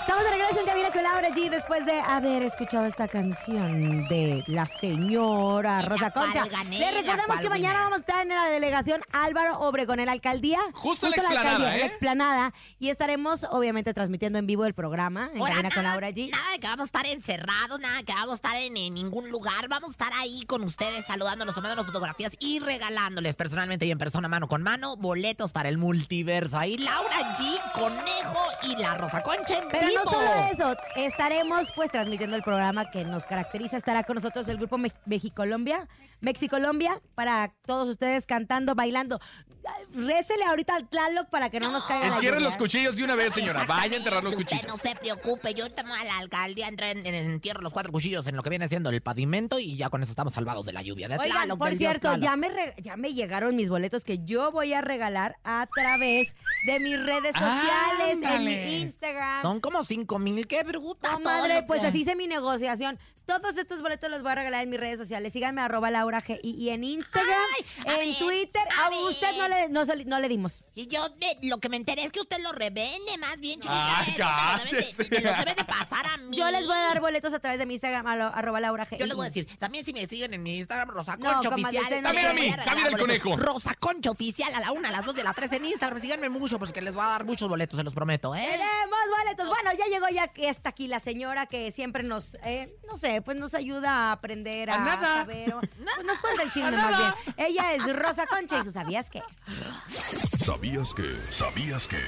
Estamos de regreso en Cabina con Laura G después de haber escuchado esta canción de la señora La Rosa cual Concha. gané, Les la recordamos cual que mañana gané. vamos a estar en la delegación Álvaro Obregón, en la alcaldía. Justo en la explanada, alcaldía, en la ¿eh? explanada. Y estaremos, obviamente, transmitiendo en vivo el programa en Ahora, Cabina con nada- Laura G. Nada de que vamos a estar encerrados, nada de que vamos a estar en, en ningún lugar. Vamos a estar ahí con ustedes, saludándonos, tomándonos fotografías y regalándoles personalmente y en persona, mano con mano, boletos para el multiverso. Ahí Laura G, Conejo y la Rosa Concha en Pero Pero no equipo. solo eso, estaremos pues transmitiendo el programa que nos caracteriza. Estará con nosotros el grupo Mex- Mexicolombia, Mexicolombia, para todos ustedes cantando, bailando. Ay, Récele ahorita al Tlaloc para que no nos caiga la Entierren lluvia. los cuchillos de una vez, Eh, señora. Vaya a enterrar los Usted cuchillos. no se preocupe, yo tomo a la alcaldía, entro en, en- entierro los cuatro cuchillos en lo que viene siendo el pavimento y ya con eso estamos salvados de la lluvia. De Oigan, Tlaloc, por del dios cierto, Tlaloc. ya me, re- ya me llegaron mis boletos que yo voy a regalar a través de mis redes sociales, en Ándale. mi Instagram. Son como cinco mil, qué bruta. No, madre, pues así hice mi negociación. Todos estos boletos los voy a regalar en mis redes sociales. Síganme arroba Laura G. Y, y en Instagram, en Twitter, a, usted no le, no, se- no le dimos. Y yo me- lo que me enteré es que usted lo revende más bien, chiquita. Ay, eh, no, me lo debe de- cállese. me lo debe de pasar a mí. Yo les voy a dar boletos a través de mi Instagram, a lo- arroba Laura G. Yo les Y- voy a decir, eh. también si me siguen en mi Instagram, Rosa No, Concha comadre, Oficial. usted no también También a mí, voy regalar también al boletos. conejo. Rosa Concha Oficial a la una, a las dos y a las tres en Instagram. Síganme mucho, porque les voy a dar muchos boletos, se los prometo, ¿eh? Tenemos boletos. Bueno, ya llegó ya que está aquí la señora que siempre nos, eh, no sé, pues nos ayuda a aprender a, A nada. saber. o- pues nos cuenta el chisme más bien. Ella es Rosa Concha y su sabías qué. ¿Sabías que? ¿Sabías que?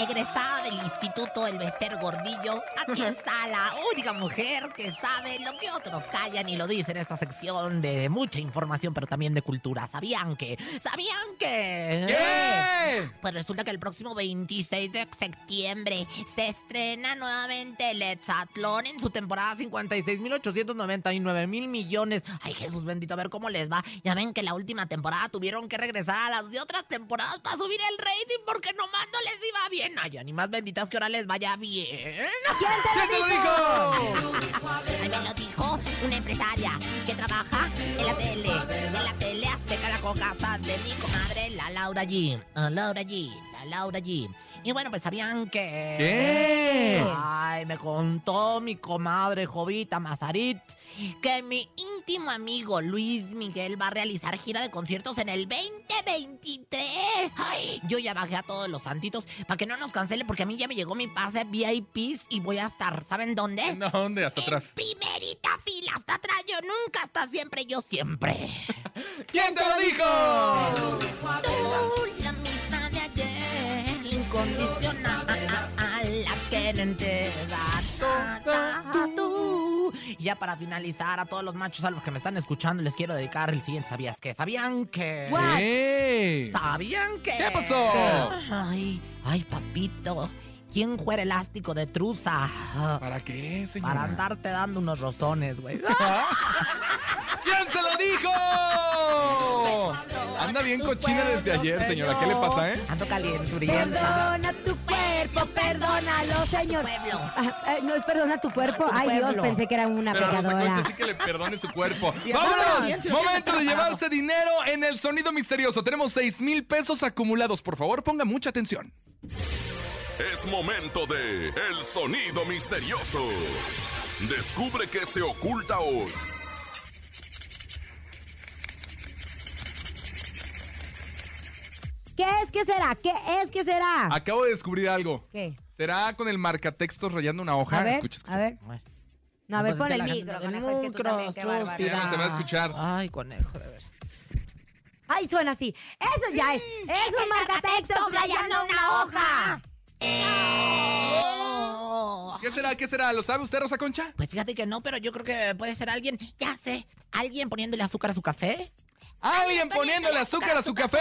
Egresada del Instituto El Bester Gordillo, aquí está la única mujer que sabe lo que otros callan y lo dicen en esta sección de mucha información, pero también de cultura. ¿Sabían que? ¿Sabían que? ¿Qué? Pues resulta que el próximo 26 de septiembre se estrena nuevamente el Etzatlón en su temporada 56.899 mil millones. Ay, Jesús bendito, a ver cómo les va. Ya ven que la última temporada tuvieron que regresar a las de otras temporadas para subir el rating porque nomás no les iba bien. Ay, ya ni más benditas que ahora les vaya bien. ¿Quién te lo dijo? Ay, Me lo dijo una empresaria que trabaja en la tele, en la tele azteca, la cocasa de mi comadre, la Laura G. La Laura G, la Laura G. Y bueno, pues sabían que... ¿Qué? Ay, me contó mi comadre Jovita Mazarit que mi íntimo amigo Luis Miguel va a realizar gira de conciertos en el 2023. Ay, yo ya bajé a todos los santitos para que no nos cancele porque a mí ya me llegó mi pase VIPs y voy a estar, ¿saben dónde? No, ¿dónde? Hasta En atrás. primerita fila, hasta atrás yo nunca, hasta siempre yo siempre. ¿Quién te lo dijo? Tú, la misma de ayer, la incondicional, la que no entrega nada, tú. Y ya para finalizar, a todos los machos salvos que me están escuchando, les quiero dedicar el siguiente ¿Sabías qué? ¿Sabían que? What? ¿Qué? ¿Sabían que? ¿Qué pasó? Ay, ay, papito. ¿Quién juega elástico de truza? ¿Para qué, señora? Para andarte dando unos rozones, güey. ¿Quién se lo dijo? Anda bien cochina desde ayer, señora. ¿Qué le pasa, eh? Ando calenturienta. Perdona tu cuerpo, perdónalo, señor. Pueblo. Ah, ah, no es perdona tu cuerpo. tu Ay, Dios, pueblo. pensé que era una Pero a Rosa pecadora. Concha sí que le perdone su cuerpo. Y aparte bien, ¡Vámonos! se lo tiene Momento de preparado. llevarse dinero en el sonido misterioso. Tenemos 6 mil pesos acumulados. Por favor, ponga mucha atención. Es momento de El Sonido Misterioso. Descubre qué se oculta hoy. ¿Qué es que será? ¿Qué es que será? Acabo de descubrir algo. ¿Qué? ¿Será con el marcatextos rayando una hoja? A ver, Escucha, escucha. a ver. No, a ver, Pues es pon que el la gente micro, no- conejo, es que tú también, qué micro, bárbaro. estúpida. Se va a escuchar. Ay, conejo, de veras. Ay, suena así. Eso ya es. Es un marcatextos rayando una hoja. Oh. ¿Qué será? ¿Qué será? ¿Lo sabe usted, Rosa Concha? Pues fíjate que no, pero yo creo que puede ser alguien, ya sé, alguien poniéndole azúcar a su café. ¿Alguien poniéndole azúcar a su café?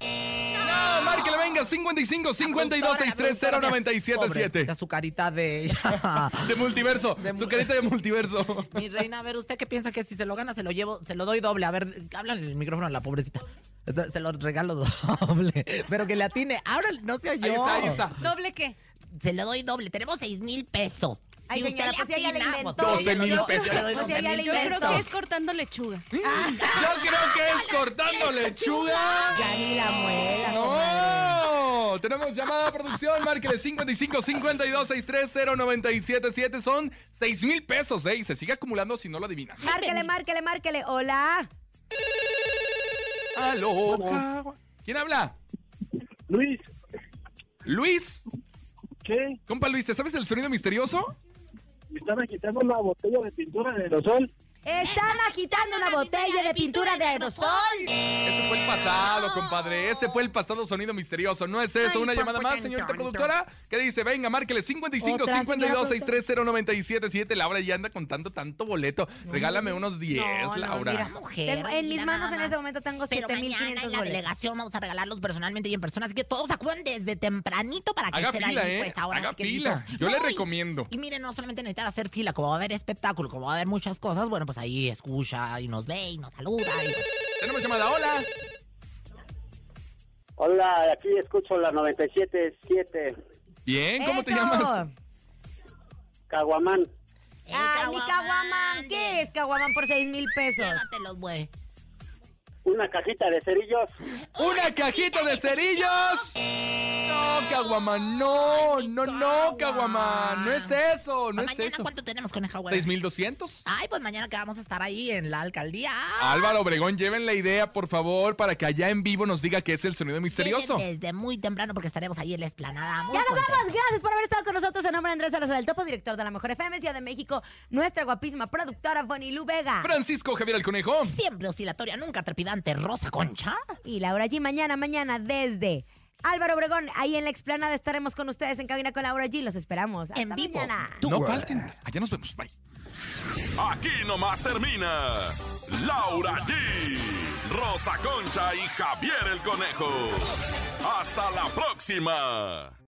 No, márquele, venga, 55 52 630 Pobre, 977. su carita de... De multiverso, su carita de multiverso. Mi reina, a ver, ¿usted qué piensa que si se lo gana se lo llevo, se lo doy doble? A ver, hablan el micrófono a la pobrecita. Esta- Se lo regalo doble. Pero que le atine. Ahora no se oyó. Ahí está, ahí está. ¿Doble qué? Se lo doy doble. Tenemos seis mil pesos. Ay, Si usted señora, le pues si ella le atina, inventó. pues, 12 mil yo- yo pesos. le doy Pues si ella 12,000 le Yo creo Eso. que es cortando lechuga. Yo creo que es cortando lechuga. Ya ni la muela. ¡No! Tenemos llamada a producción, márquele 55 52 630 977. Son 6 mil pesos, ¿eh? Y se sigue acumulando si no lo adivinan. Márquele, márquele, márquele. Hola. ¡Aló! ¿Quién habla? Luis, ¿Luis? ¿qué? Compa Luis, ¿te sabes el sonido misterioso? Me estaban quitando la botella de pintura de aerosol. Están agitando una botella de pintura de aerosol. Ese fue el pasado, compadre. Ese fue el pasado sonido misterioso. No es eso. Ah. Ay, Una llamada más, popotanto, señorita bonito. productora. ¿Qué dice? Venga, márquele 55 Otra, 52 señora 977 Laura ya anda contando tanto boleto. Regálame unos 10, No, no, mira, Laura. tengo- en mis manos en ese momento tengo Pero mañana en 7500 la boletos. delegación vamos a regalarlos personalmente y en persona, así que todos acudan desde tempranito para que Haga estén fila, ahí, ¿eh? pues ahora Haga sí que fila. listos. Yo le No, y- recomiendo. Y miren, no solamente necesitan hacer fila, como va a haber espectáculo, como va a haber muchas cosas, bueno, pues ahí escucha y nos ve y "Eh, nos saluda. Tenemos llamada, hola. Hola, aquí escucho la 97.7. Bien, ¿cómo te Eso. llamas? Caguamán. Ay, mi caguamán. ¿Qué es caguamán por 6 mil pesos? Llévatelos, güey. Una cajita de cerillos. ¡Una cajita de cerillos! No, Caguaman, no, no, no, Caguaman. No es eso, no es eso. ¿Cuánto tenemos con el Jaguar? 6200. Ay, pues mañana que vamos a estar ahí en la alcaldía. Álvaro Obregón, lleven la idea, por favor, para que allá en vivo nos diga qué es el sonido misterioso. Lleguen Desde muy temprano porque estaremos ahí en la esplanada. Muy Ya nos contentos. vamos, gracias por haber estado con nosotros. En nombre de Andrés Salazar del Topo, director de la Mejor FM Ciudad de México, nuestra guapísima productora Bonnie Lu Vega. Francisco Javier el Conejo. Siempre oscilatoria, nunca trepidante, Rosa Concha. Y Laura G, mañana, mañana, desde Álvaro Obregón, ahí en la explanada estaremos con ustedes en cabina con Laura G. Los esperamos. Hasta En vivo. mañana. No falten. Allá nos vemos. Bye. Aquí nomás termina Laura G, Rosa Concha y Javier el Conejo. Hasta la próxima.